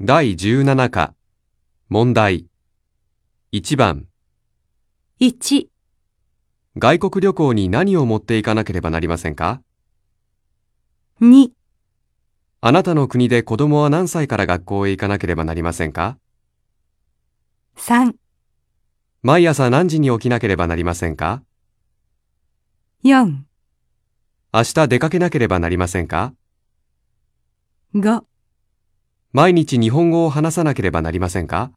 第17課、問題。1番、 1、外国旅行に何を持っていかなければなりませんか2、あなたの国で子供は何歳から学校へ行かなければなりませんか3、毎朝何時に起きなければなりませんか4、明日出かけなければなりませんか5。毎日日本語を話さなければなりませんか